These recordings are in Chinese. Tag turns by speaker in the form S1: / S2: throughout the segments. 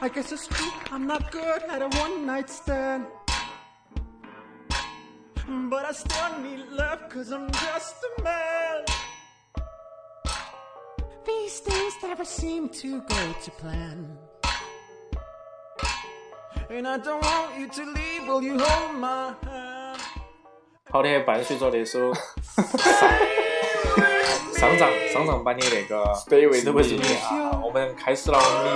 S1: I guess it's true. I'm not good at a one night stand. But I still need love, cause I'm just a man. These things never seem to go to plan. And I don't want you to leave, will you hold my hand?
S2: 好的，伴随着那 首上上涨上涨版的那个《
S3: Stay with
S2: 思维经
S3: me
S2: 理啊，我们开始了我们的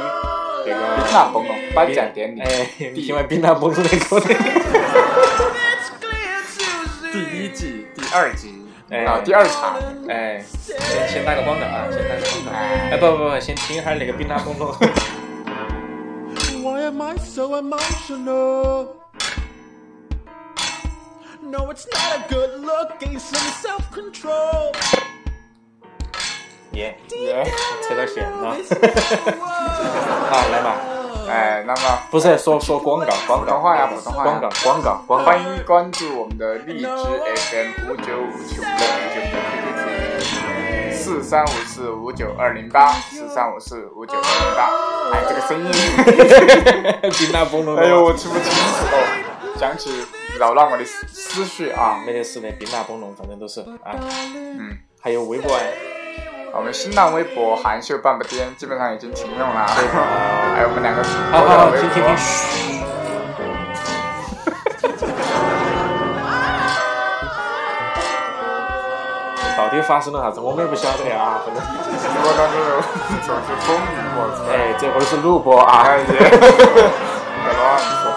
S2: 那个
S3: 槟榔崩龙百酱典礼，
S2: 哎，你听完槟榔崩出 的歌的，
S1: It's clear to
S3: 第一季第二集，
S2: 哎
S3: 然后第二场，
S2: 哎，先先打个广告啊，先打个广告。哎，
S3: 嗯哎，
S2: 不不不，先听一下那个槟榔 崩龙。
S1: Why am I so emotional? No, it's not a good look. Gain some self control.
S2: 耶， 扯到线了。 好，来嘛，
S3: 哎，那么
S2: 不是说说广告，广
S3: 广
S2: 告
S3: 东话呀，普通话呀
S2: 广告， 广告，广告
S3: 欢。迎关注我们的荔枝 FM 五九五九六五九六 QQ 群，四三五四五九二零八，四三五四五九二零八。哎，这个声音，
S2: 槟榔崩龙。
S3: 哎呦，我，听不清楚哦，想起扰乱我的思思绪啊。
S2: 没得事的，槟榔崩龙，反正都是啊。
S1: Mm.
S3: 嗯，
S2: 还有微博哎，
S3: 我们新浪微博含羞半步癫基本上已经停用了，还有我们两个主
S2: 好
S3: 播
S2: 好
S3: 的
S2: 好，
S3: 微
S2: 停停
S3: 博
S2: 停。。嘘 到底发生了啥子，我们也不晓得啊，反正。
S3: 直播当中有总是风雨莫测。
S2: 哎，这会儿是录播啊。
S3: 哎耶，别乱说。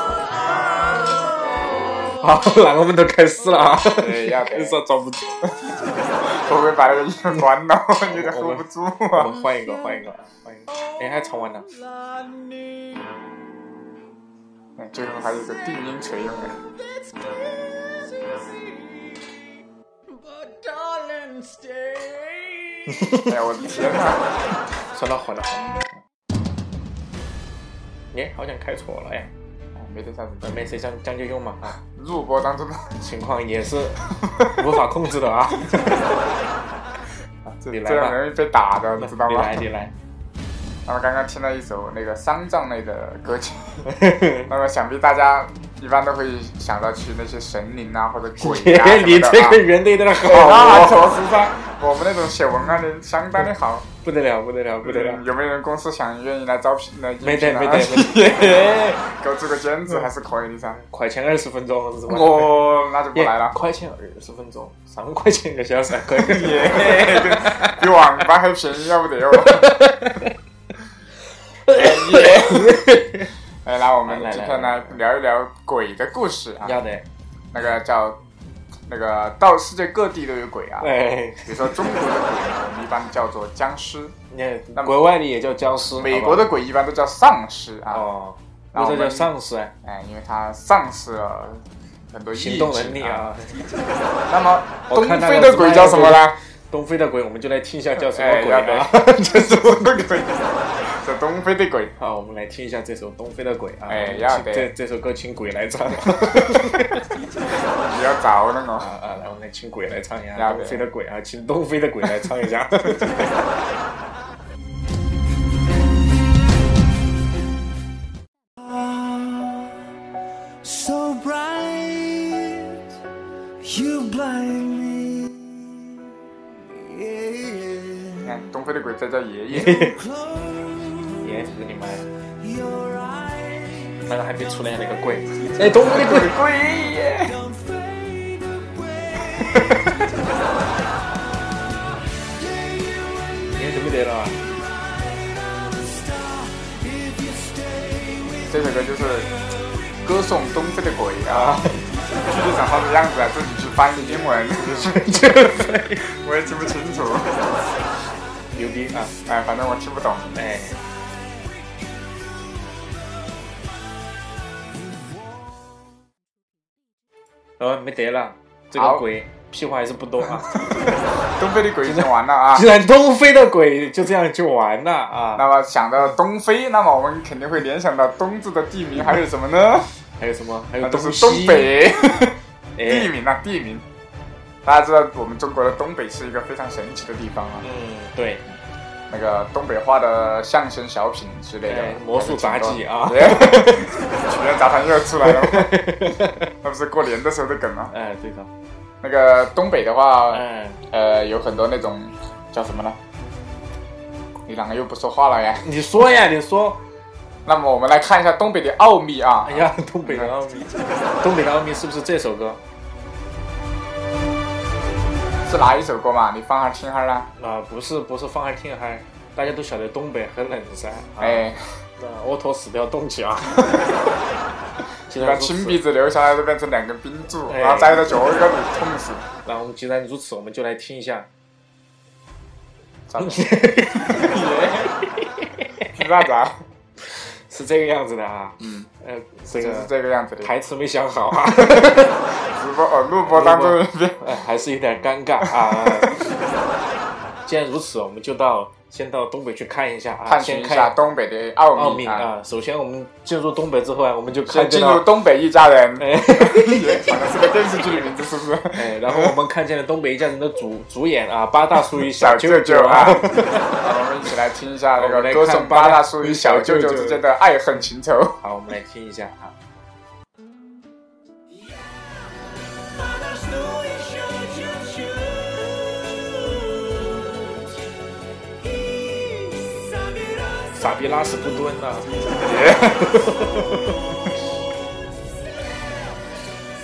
S2: 好，那我们都开始了啊。
S3: 哎 呀对
S2: 开始了抓不住。
S3: 会不会把那个音乐关了？ 我有点 hold 不住
S2: 我
S3: 啊。
S2: 们换一个，换一个，换一个。哎，还唱完了。
S3: 哎最后还有个定音锤 用的，
S1: But darling, stay.
S3: 哎呀，我的天
S2: 啊
S3: 哪！
S2: 算了，换了。换了哎，好像开错了哎，
S3: 哎没得啥子
S2: 那没事，将将就用嘛啊，
S3: 入播当中 的，
S2: 情况也是无法控制的 啊。
S3: 这
S2: 你来吧
S3: 这样容易被打的，你知道
S2: 你
S3: 吗
S2: 来，？你来。
S3: 那么刚刚听到一首那个丧葬类的歌曲， 那啊么想必大家一般都会想到去那些神灵啊或者鬼啊
S2: 哎， 你
S3: 什
S2: 这
S3: 么
S2: 个
S3: 的啊。
S2: 人的有点好
S3: 那
S2: 啊，
S3: 确实噻，我 们那种写文案的相当的好。
S2: 不得了，不得了，不得了
S3: 嗯。有没有人公司想愿意来招聘来应聘
S2: 没得，
S3: 啊
S2: 没得， 没 得。嗯
S3: 给我做个兼职还是可以的噻。
S2: 快钱二十分钟是吧？
S3: 哦，那就不
S2: 耶
S3: 来了。
S2: 块钱二十分钟，三块钱一个小时还可以。
S3: 比网吧还便宜，要不得哦哟。哎，那我们
S2: 来来
S3: 今天
S2: 来
S3: 来
S2: 来
S3: 聊一聊鬼的故事啊。
S2: 要得，
S3: 那个叫那个到世界各地都有鬼啊，
S2: 哎，
S3: 比如说中国的鬼，我们一般叫做僵尸；
S2: 你
S3: 那
S2: 看
S3: 么
S2: 国外的也叫僵尸，
S3: 美国
S2: 的
S3: 的鬼一般都叫丧尸啊。
S2: 哦，
S3: 那
S2: 那
S3: 我
S2: 这
S3: 们
S2: 叫丧尸啊，
S3: 哎，因为它丧失了很多意
S2: 行动
S3: 志
S2: 能力
S3: 啊。
S2: 啊。
S3: 那么
S2: 我
S3: 东
S2: 看那
S3: 非
S2: 个
S3: 的鬼叫什么呢？
S2: 东非的鬼，我们就来听一下叫什
S3: 哎，
S2: 么鬼
S3: 要不
S2: 啊
S3: 然？ 这什么鬼？这东非的鬼。
S2: 好，我们来听一下这首《东非的鬼》啊。
S3: 哎要得
S2: 这这首歌请鬼来唱
S3: 比较早那
S2: 啊
S3: 种。
S2: 啊！来，我们来请鬼来唱一下
S3: 要
S2: 《
S3: 得
S2: 东非的鬼》啊，请东非的鬼来唱一 下。
S1: So bright, you blind me. Yeah,
S3: 你看，东非的鬼在叫爷爷，
S1: Close
S2: 耶，日你妈！
S1: your eyes,
S2: 那个还没出来那个鬼，哎，东非的鬼，
S3: 鬼爷。
S1: don't fade away.
S2: 你就没得了啊？
S3: 这首歌就是歌颂东非的鬼啊，具体长啥子样子啊，自己去翻译英文， 我也听不清楚。
S2: 牛逼啊！
S3: 哎，反正我听不懂。
S2: 哎，哦，没得了，这个
S3: 好
S2: 鬼屁话还是不多 啊。
S3: 东非的鬼已经完了 啊
S2: 既。然东非的鬼就这样就完了啊，
S3: 那么想到东非，那么我们肯定会联想到东字的地名还有什么呢？
S2: 还有什么？还有
S3: 那就
S2: 东
S3: 是
S2: 西
S3: 东，北。地
S2: 哎，
S3: 名啊，地名。大家知道我们中国的东北是一个非常神奇的地方啊，
S2: 嗯，对，
S3: 那个东北话的相声小品之类的
S2: 对，哎魔术杂技啊
S3: 对，哎 曲苑杂谈又出来了，那不是过年的时候的梗吗？
S2: 哎，对的，
S3: 那个东北的话，
S2: 哎，
S3: 呃，有很多那种叫什么呢？你两个又不说话了呀？
S2: 你说呀，你说，
S3: 那么我们来看一下东北的奥秘啊
S2: 哎，呀，东北的奥秘，东北的奥秘是不是这首歌？
S3: 是哪一首歌嘛？你放下听下啦。
S2: 啊，不是，不是放嗨听嗨，大家都晓得东北很冷噻，啊，
S3: 哎，
S2: 那窝头死掉冻 起啊，既
S3: 把
S2: 然如
S3: 青
S2: 此，
S3: 鼻子留下来都变成两根冰柱，
S2: 哎
S3: 然后摘到脚后跟里痛死。
S2: 那我们既然如此，我们就来听一下，
S3: 咋 了？听啥子啊？
S2: 是这个样子的啊，
S3: 嗯，
S2: 呃，这
S3: 就是
S2: 个
S3: 这个样子的。
S2: 台词没想好啊。
S3: 直播呃录播当中一遍。
S2: 哎，还是有点尴尬啊。 既然如此，我们就到先到东北去看一下啊，
S3: 探寻
S2: 先
S3: 一
S2: 看
S3: 下东北的奥
S2: 奥
S3: 秘
S2: 秘
S3: 啊！
S2: 啊。首先，我们进入东北之后啊，我们就看
S3: 先
S2: 见
S3: 进入
S2: 了，
S3: 东北一家人，
S2: 哎
S3: 也好像是个电视剧的名字，是不是？
S2: 哎，然后我们看见了东北一家人的主主演啊，八大叔与
S3: 小
S2: 舅
S3: 舅舅啊，
S2: 啊。
S3: 我们一起来听一下那
S2: 我们
S3: 个
S2: 来
S3: 歌
S2: 看
S3: 颂
S2: 八
S3: 八
S2: 大
S3: 大
S2: 叔
S3: 叔
S2: 与
S3: 与
S2: 小
S3: 小
S2: 舅
S3: 舅
S2: 舅
S3: 舅之间的爱恨情仇。
S2: 好，我们来听一下啊。傻逼拉屎不蹲啊呐、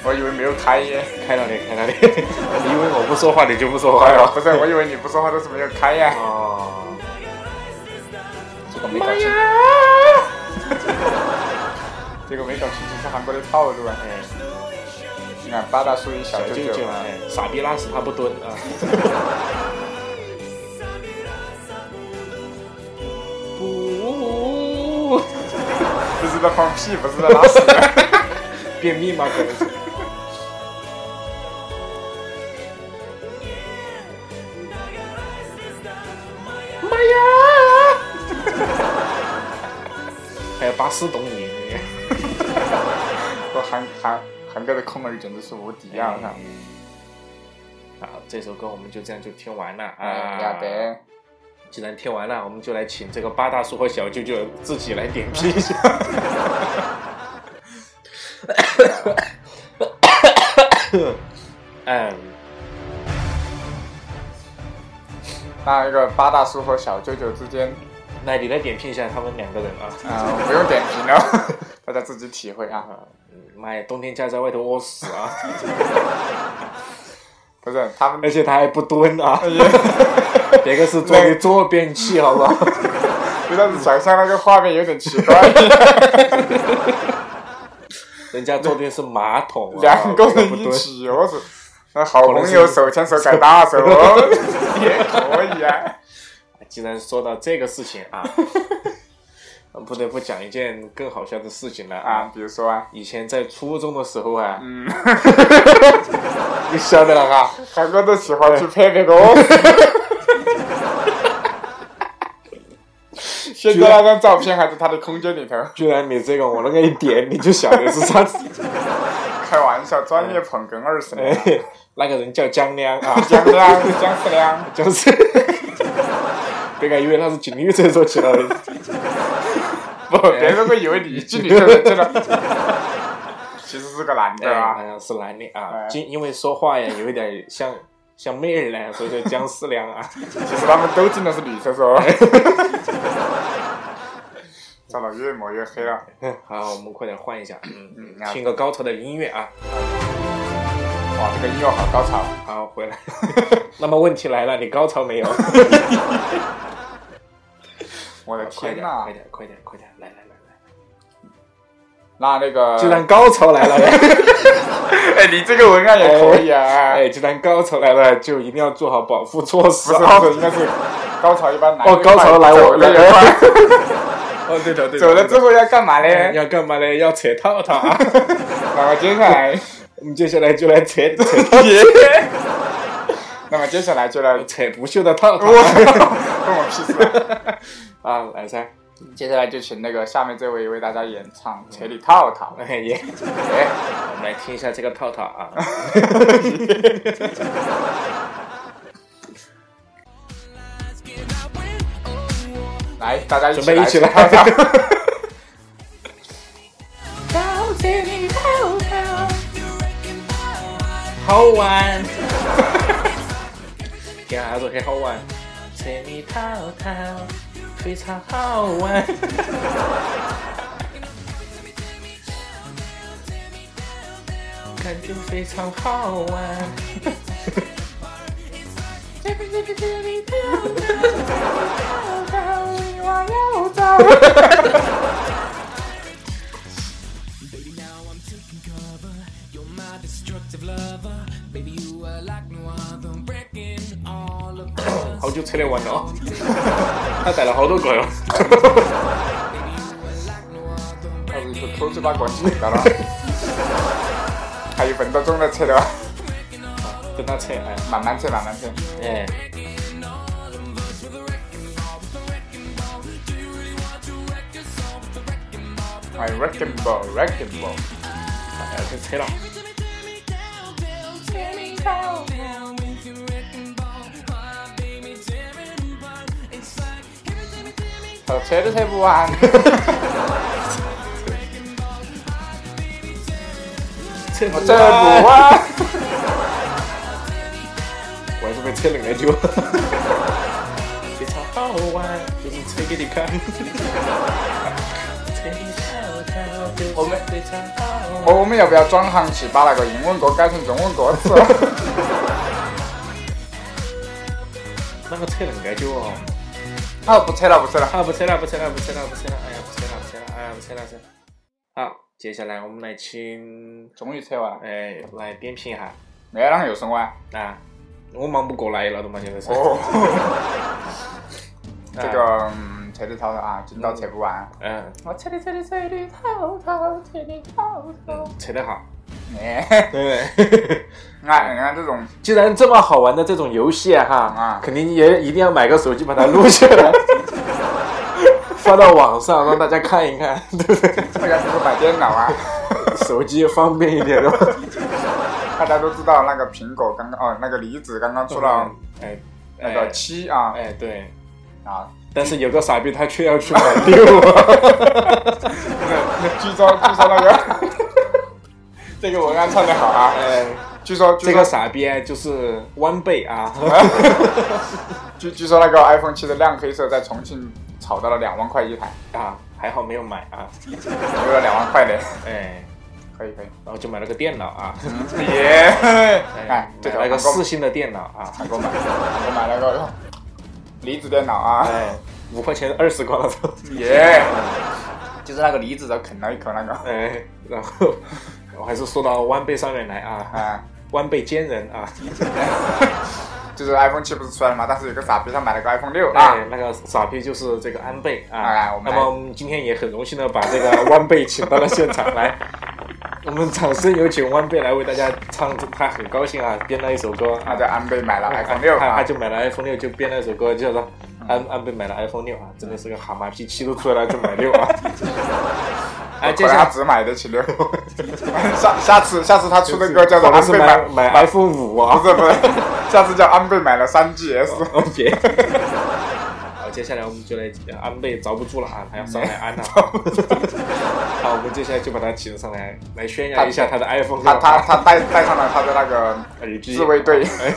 S3: 我以为没有开耶，
S2: 开了你，开 了你，你以为我不说话你就不说话
S3: 哎呦，
S2: 了？
S3: 不是，我以为你不说话都是没有开耶。
S2: 哦，
S3: 这个没搞清楚，这个没搞清楚是韩国的套路啊！
S2: 哎，
S3: 你看八大叔与小
S2: 小
S3: 舅
S2: 舅舅，
S3: 舅啊，
S2: 哎，傻逼拉屎他不蹲啊。 不，
S3: 这是在放屁，不是在拉屎。
S2: 便秘吗？可能是。妈呀！ 还有巴斯懂你，
S3: 我韩韩韩哥的空耳简直是无敌啊！我看，
S2: 好，这首歌我们就这样就听完了啊。
S3: 哎呀得，
S2: 既然听完了，我们就来请这个八大叔和小舅舅自己来点评一下。嗯，
S3: 那一个八大叔和小舅舅之间
S2: 那你来点评一下他们两个人啊。
S3: 啊，不用点评了，大家自己体会啊。
S2: 啊，妈呀，冬天家在外头窝死啊，
S3: 不是他们
S2: 而且他还不蹲 啊，别个是坐你坐便器，好不好？
S3: 就让你想象那个画面有点奇怪，
S2: 人家坐的是马桶、啊，
S3: 两个
S2: 不
S3: 人一
S2: 蹲。
S3: 起，我是那好朋友手牵手改大手，也可以啊。
S2: 既然说到这个事情啊，不得不讲一件更好笑的事情了
S3: 啊，比如说啊，
S2: 以前在初中的时候啊，
S3: 嗯，
S2: 你晓得了啊哈，
S3: 韩哥都喜欢去拍别个，现在那张照片还在他的空间里头。
S2: 居然你这个往那个一点，你就晓得是啥子。
S3: 开玩笑，专业捧哏二十年了，
S2: 哎，那个人叫江亮啊，
S3: 姜亮、姜 思亮，
S2: 就是别个以为他是情侣厕所去了 的。
S3: 不，别人会以为你进去就是这个，其实是个男的
S2: 哎哎，好
S3: 啊。
S2: 像是男的
S3: 哎
S2: 啊，因因为说话呀有一点像像妹儿呢，所以叫姜思亮啊。
S3: 其实他们都进的是女厕所。 算了，越抹越黑了。
S2: 好，我们快点换一下，嗯，
S3: 嗯，啊
S2: 听个高潮的音乐啊。
S3: 哇，这个音乐好高潮。
S2: 好，回来。 那么问题来了，你高潮 没有？
S3: 我的
S2: 快
S3: 天
S2: 点，
S3: 呐
S2: 快！点，快点，快点，来来来来，
S3: 那那个，
S2: 居然高潮 来了！
S3: 哎，你这个文案也可以啊。
S2: 哎，既然高潮来了，就一定要做好保护措施
S3: 不是，
S2: 啊
S3: 不！是，应该是高潮一般男的
S2: 哦高潮来我
S3: 走了一半，
S2: 哦，对的，对的，
S3: 走了之
S2: 后
S3: 后要干嘛呢？
S2: 要干嘛呢？要扯套套啊！
S3: 然后接下来，
S2: 我们接下来就来扯扯
S3: 那么接下来就来
S2: 扯不锈的套套
S3: 我关我屁事 啊！
S2: 啊！来噻，
S3: 接下来就请那个下面这位为大家演唱《扯你套套》。
S2: 哎耶！
S3: 哎，
S2: 我们来听一下这个套套啊！
S4: Get out when, oh,
S3: 来，大家一
S2: 准
S3: 起
S2: 备
S3: 来
S2: 一起来。
S3: 唱唱
S2: 好玩， 听下首很好玩，催你淘淘，非常好玩。 感觉非常好玩。好久吹了完了 哦，他逮了好多鬼哦。
S3: 要不就偷吃把关系得了。还有分多钟的车了，
S2: 跟他吹哎，
S3: 慢慢吹，慢慢吹。
S2: 哎，
S3: I reckon ball, reckon ball。
S2: 哎，先吹了。
S3: 他吹都吹不 完。
S2: 吹
S3: 我这不完。
S2: 我还是被吹冷了就。非常好玩，就是吹给你看。吹你跳跳，就是
S3: 我们
S2: 非常好玩。
S3: 我们要不要转行去把那个英文歌改成中文歌词？
S2: 那个吹冷了就哦。
S3: 好，不扯了，不扯了。
S2: 啊，不吹了，不吹了，不吹了，不吹了，哎呀，不吹了，不吹了，哎呀，不吹了，吹了。好，接下来我们来请，
S3: 终于扯完了，
S2: 哎，来点评一下
S3: 没啷个又是我啊？
S2: 啊。我忙不过来了，都嘛现在是。
S3: 哦，
S2: 啊
S3: 这，个嗯扯的头头啊，今早扯不完。
S2: 嗯，
S3: 我扯的扯的扯的头头，扯的头头。
S2: 吹得好，
S3: 哎，
S2: 对不对？
S3: 俺俺这种
S2: 既然这么好玩的这种游戏啊哈，
S3: 啊
S2: 肯定也一定要买个手机把它录下来， 发到网上让大家看一看， 对不对？
S3: 大家是不是买电脑 啊？
S2: 手机方便一点的话，
S3: 大家都知道那个苹果刚刚哦，那个梨子刚刚出了
S2: 哎
S3: 那个七啊
S2: 哎对，
S3: 啊，
S2: 但是有个傻逼他却要去买六啊，
S3: 据说据说那个 这个文案唱的好啊，
S2: 哎，
S3: 据说据
S2: 这个
S3: 说
S2: 傻逼啊就是弯倍啊，
S3: 据据说那个 iPhone 七的亮黑色在重庆炒到了两万块一台，
S2: 啊还好没有买啊，
S3: 有了两万块嘞，
S2: 哎，
S3: 可以可以，
S2: 然后就买了个电脑啊，
S3: 耶！哎
S2: 哎，，
S3: 这
S2: 买
S3: 条
S2: 了个
S3: 韩国
S2: 四星的电脑啊，
S3: 韩国买，韩国买了个离子电脑啊，
S2: 哎，五块钱二十块了都。
S3: 耶！就是那个梨子都啃了一口那个，
S2: 哎，然后我还是说到弯背上面来啊，
S3: 啊，
S2: 弯背奸人啊，
S3: 就是 iPhone 七不是出来了吗？但是有个傻逼他买了个 iPhone 六啊
S2: 哎，，那个傻逼就是这个安倍
S3: 哎
S2: 啊。
S3: 我们
S2: 那么我们今天也很荣幸的把这个 弯背请到了现场来，我们掌声有请弯背来为大家唱，他很高兴啊，编了一首歌
S3: 他
S2: 啊
S3: 在安倍买了 iPhone
S2: 他
S3: 六
S2: 他
S3: 啊，
S2: 就买了 iPhone 六，就编了一首歌，叫做。安安倍买了 iPhone 六啊，真的是个蛤蟆屁，七都出来了就买六 啊！哎，接
S3: 可
S2: 下
S3: 能他
S2: 来
S3: 只买得起六，下下次下次他出的歌叫做
S2: 我们
S3: 安
S2: 是
S3: 倍买
S2: 买买 iPhone 五啊，
S3: 不是不是，下次叫安倍买了三 GS，
S2: 哦别。好，接下来我们就来呃安倍遭不住了啊，他要上来 安了。好，我们接下来就把他请上来，来宣扬一下他的 iPhone 啊
S3: 他他他带带上了他的那个
S2: 耳机
S3: 自卫队，
S2: 哎，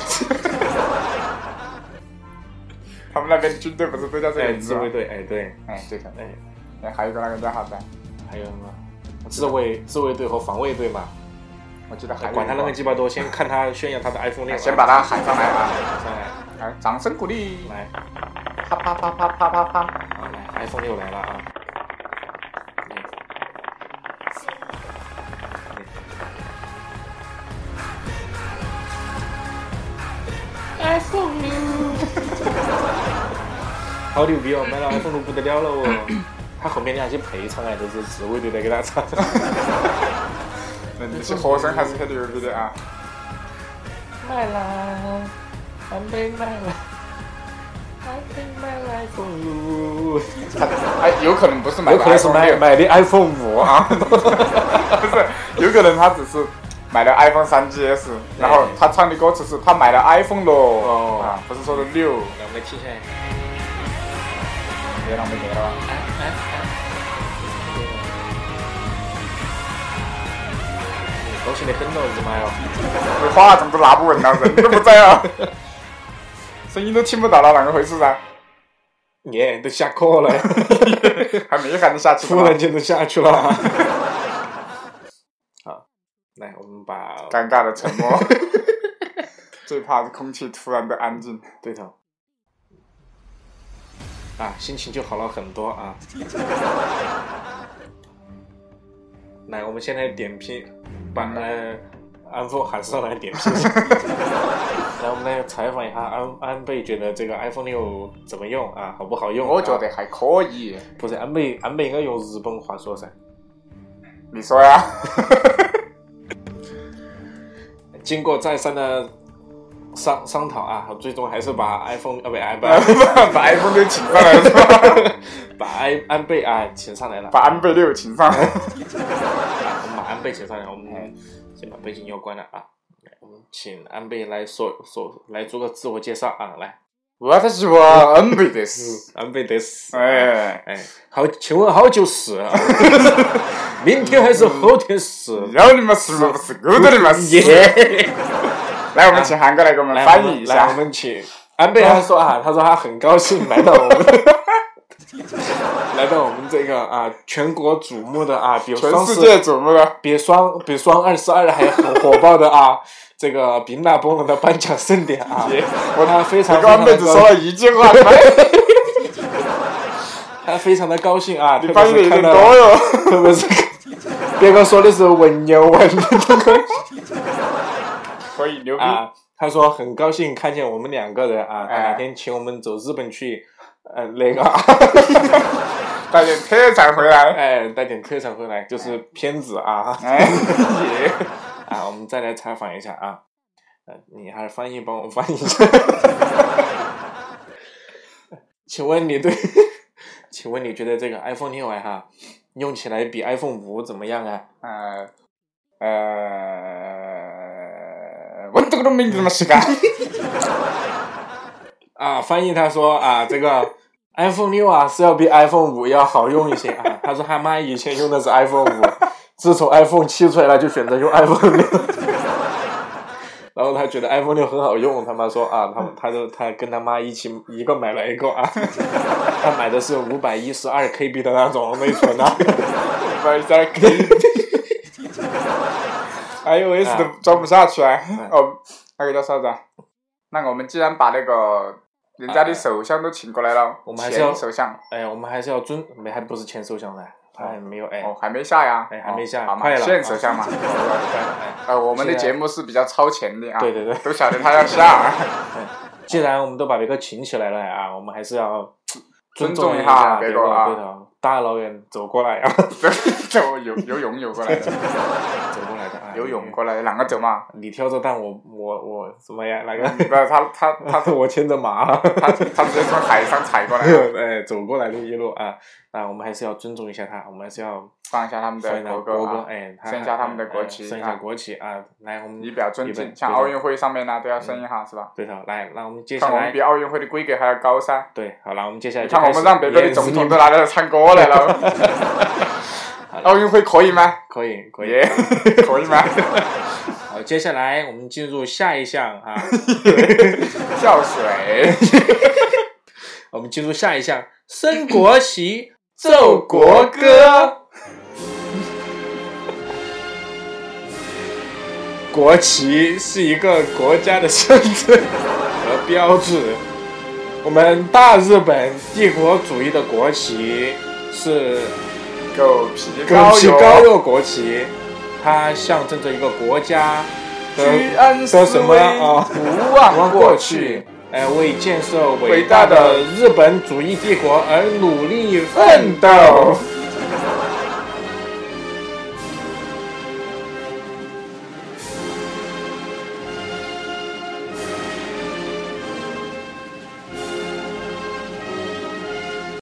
S3: 他们那边军队不是都叫这个
S2: 哎
S3: 名字
S2: 自
S3: 吗
S2: 卫？队，哎对，
S3: 哎，这个，
S2: 哎
S3: 哎，还有一个那个叫啥子？
S2: 还有什么？自卫自卫队和防卫队嘛，
S3: 我记得还有一
S2: 管他那个鸡巴多，先看他宣扬他的 iPhone 六啊，
S3: 先把他喊上来啊！
S2: 上来，
S3: 来，掌声鼓励！
S2: 来，
S3: 啪啪啪啪啪啪啪！
S2: 好来，iPhone 六来了啊！哎哎
S1: iPhone 六。
S2: 好牛逼哦！买了 iPhone 都不得了了哦。他后面那些配唱哎，都是自卫队在给他唱。
S3: 那你是和声还是很牛逼的啊！
S2: 卖啦，安倍卖啦，安倍卖了 iPhone 五，
S3: 他哎，有可能不是买
S2: 有
S3: 的
S2: 可能是
S3: iPhone
S2: 买
S3: 六
S2: 买的 iPhone 五啊。
S3: 啊， 不是，有可能他只是买了 iPhone 三 GS，然后他唱的歌词是他买了 iPhone 咯，
S2: 哦
S3: 啊，不是说的六。
S2: 来，我们来听一下。
S3: 哎觉浪费钱了吧？
S2: 高兴的很了，日妈哟！
S3: 你话怎么都拿不稳了，人 都不在啊， 声音都听不到了，啷个回事啊噻？
S2: 耶，都下课 了，
S3: 还没喊你下去
S2: 突
S3: 呢
S2: 然，间都下去了。 好，来，我们把
S3: 尴尬的沉 默。最怕是空气突然的安静。
S2: 对头。啊，心情就好了很多 啊。来，我们先来点评，把呃安富还是要来点 评。来，我们来采访一下安安倍觉得这个 iPhone 六怎么用啊？好不好用啊、
S3: 我觉得还可以，
S2: 不是安倍，安倍应该用日本话说噻。
S3: 你说呀？
S2: 经过再三的商商讨啊，最终还是把 iPhone 呃不 iPhone
S3: 把 iPhone 六请上来是吧？
S2: 把安安倍啊请上来了。
S3: 把安倍六请上来。
S2: 我们把安倍请上来，我
S3: 嗯
S2: 们先把背景音乐关了啊。来我们请安倍来说说，来做个自我介绍啊，来，
S3: 私は安倍です。
S2: 安倍得死，
S3: 哎，
S2: 哎，好，请问好久死啊？ 明天还是后天死？
S3: 要你们死不死，够的你 们死。
S2: 耶！
S3: 来，我们请韩哥来给我们
S2: 来，
S3: 翻
S2: 我们
S3: 译一
S2: 来我
S3: 下。
S2: 们请安倍他说啊，他说他很高兴来到我们。 来到我们这个啊，全国瞩目的啊，比
S3: 全
S2: 双
S3: 世
S2: 十
S3: 界瞩目的
S2: 比双比双二十二还很火爆的啊， 这个宾纳崩了的颁奖盛典 啊，我他非常
S3: 我
S2: 非
S3: 刚
S2: 常
S3: 刚
S2: 地
S3: 妹子说
S2: 高，
S3: 了一句 话，你们
S2: 他非常的高兴啊，特
S3: 你
S2: 别
S3: 翻译的
S2: 是
S3: 有
S2: 看
S3: 点
S2: 到，
S3: 多哟。
S2: 特别是别个说的是文言文
S3: 可以牛逼，
S2: 啊，他说很高兴看见我们两个人啊，他
S3: 嗯哎
S2: 哪天请我们走日本去， 呃那个
S3: 带点特产回来。
S2: 哎带点特产回来，就是片子啊
S3: 哎，也
S2: 啊，我们再来采访一下啊，呃你还是翻译帮我翻译一下。 请问你对， 请问你觉得这个 iPhone 六啊哈，用起来比 iPhone 五怎么样啊？
S3: 呃呃，我这个都没怎么洗干。
S2: 啊，翻译他说啊，这个 iPhone 六啊是要比 iPhone 五要好用一些啊。他说他妈以前用的是 iPhone 五，自从 iPhone 七出来了就选择用 iPhone 六。 然后他觉得 iPhone 六很好用，他妈说啊，他他就他跟他妈一起一个买了一个啊， 他买的是五百一十二 KB 的那种内存啊，
S3: 不一下 iOS 都装不下去啊！哦，那个叫啥子啊？那我们既然把那个人家的首相都请过来了，
S2: 我们还是要
S3: 前首相
S2: 哎，我们还是要尊，没还不是前首相的，他还没有哎，
S3: 哦，还没下呀？
S2: 哎还没下
S3: 哦好嘛
S2: 快了
S3: 现首相嘛。
S2: 快了哎，
S3: 呃，我们的
S2: 现在
S3: 节目是比较超前的啊，
S2: 对对对。
S3: 都晓得他要下，
S2: 既然我们都把别个请起来了啊，我们还是要
S3: 尊
S2: 重
S3: 重一
S2: 下
S3: 下
S2: 别
S3: 别个啊
S2: 对的，大老远 走过来啊，
S3: 就游游泳游过来的，
S2: 走过来的啊，
S3: 游泳过来的，啷个走嘛？
S2: 你。你挑着担，我我我什么呀？那
S3: 嗯不，
S2: 个，
S3: 他他他
S2: 我牵着马，啊
S3: 他他直接从海上踩过来，
S2: 哎，走过来的一路啊，那我们还是要尊重一下他，我们还是要
S3: 放一下他们
S2: 放
S3: 的
S2: 一下
S3: 国
S2: 国
S3: 歌
S2: 歌，
S3: 啊，
S2: 哎，
S3: 升一下他们的国旗
S2: 哎升一下国旗啊，来，我们
S3: 以表尊
S2: 以
S3: 敬，
S2: 表
S3: 像
S2: 对的
S3: 奥运会上面呢都要升一下，是吧？
S2: 对头，来，那我们接
S3: 看
S2: 下
S3: 我们
S2: 来
S3: 比，奥运会的规格还要高噻。
S2: 对，好了，我们接下来
S3: 你
S2: 就
S3: 看我
S2: 开始
S3: 们让别个的
S2: 演
S3: 总统
S2: 示
S3: 都 拿来唱歌来了。 奥运会可以 吗？
S2: 可以可以
S3: 耶，，可以 吗？
S2: 好，接下来我们进入下一项啊。
S3: 跳水，
S2: 我们进入下一项：升国
S3: 嗯
S2: 旗、奏
S3: 国
S2: 国歌。 国旗是一个国家的象征和标志。我们大日本帝国主义的国旗是
S3: 狗皮
S2: 高旗高
S3: 邮，
S2: 邮国旗，它象征着一个国家的
S3: 居安思
S2: 说什么
S3: 危
S2: 啊
S3: 不忘
S2: 望
S3: 过
S2: 过
S3: 去
S2: 去。，哎，为建设
S3: 伟
S2: 伟
S3: 大
S2: 大
S3: 的
S2: 的日本主义帝国而努力奋斗。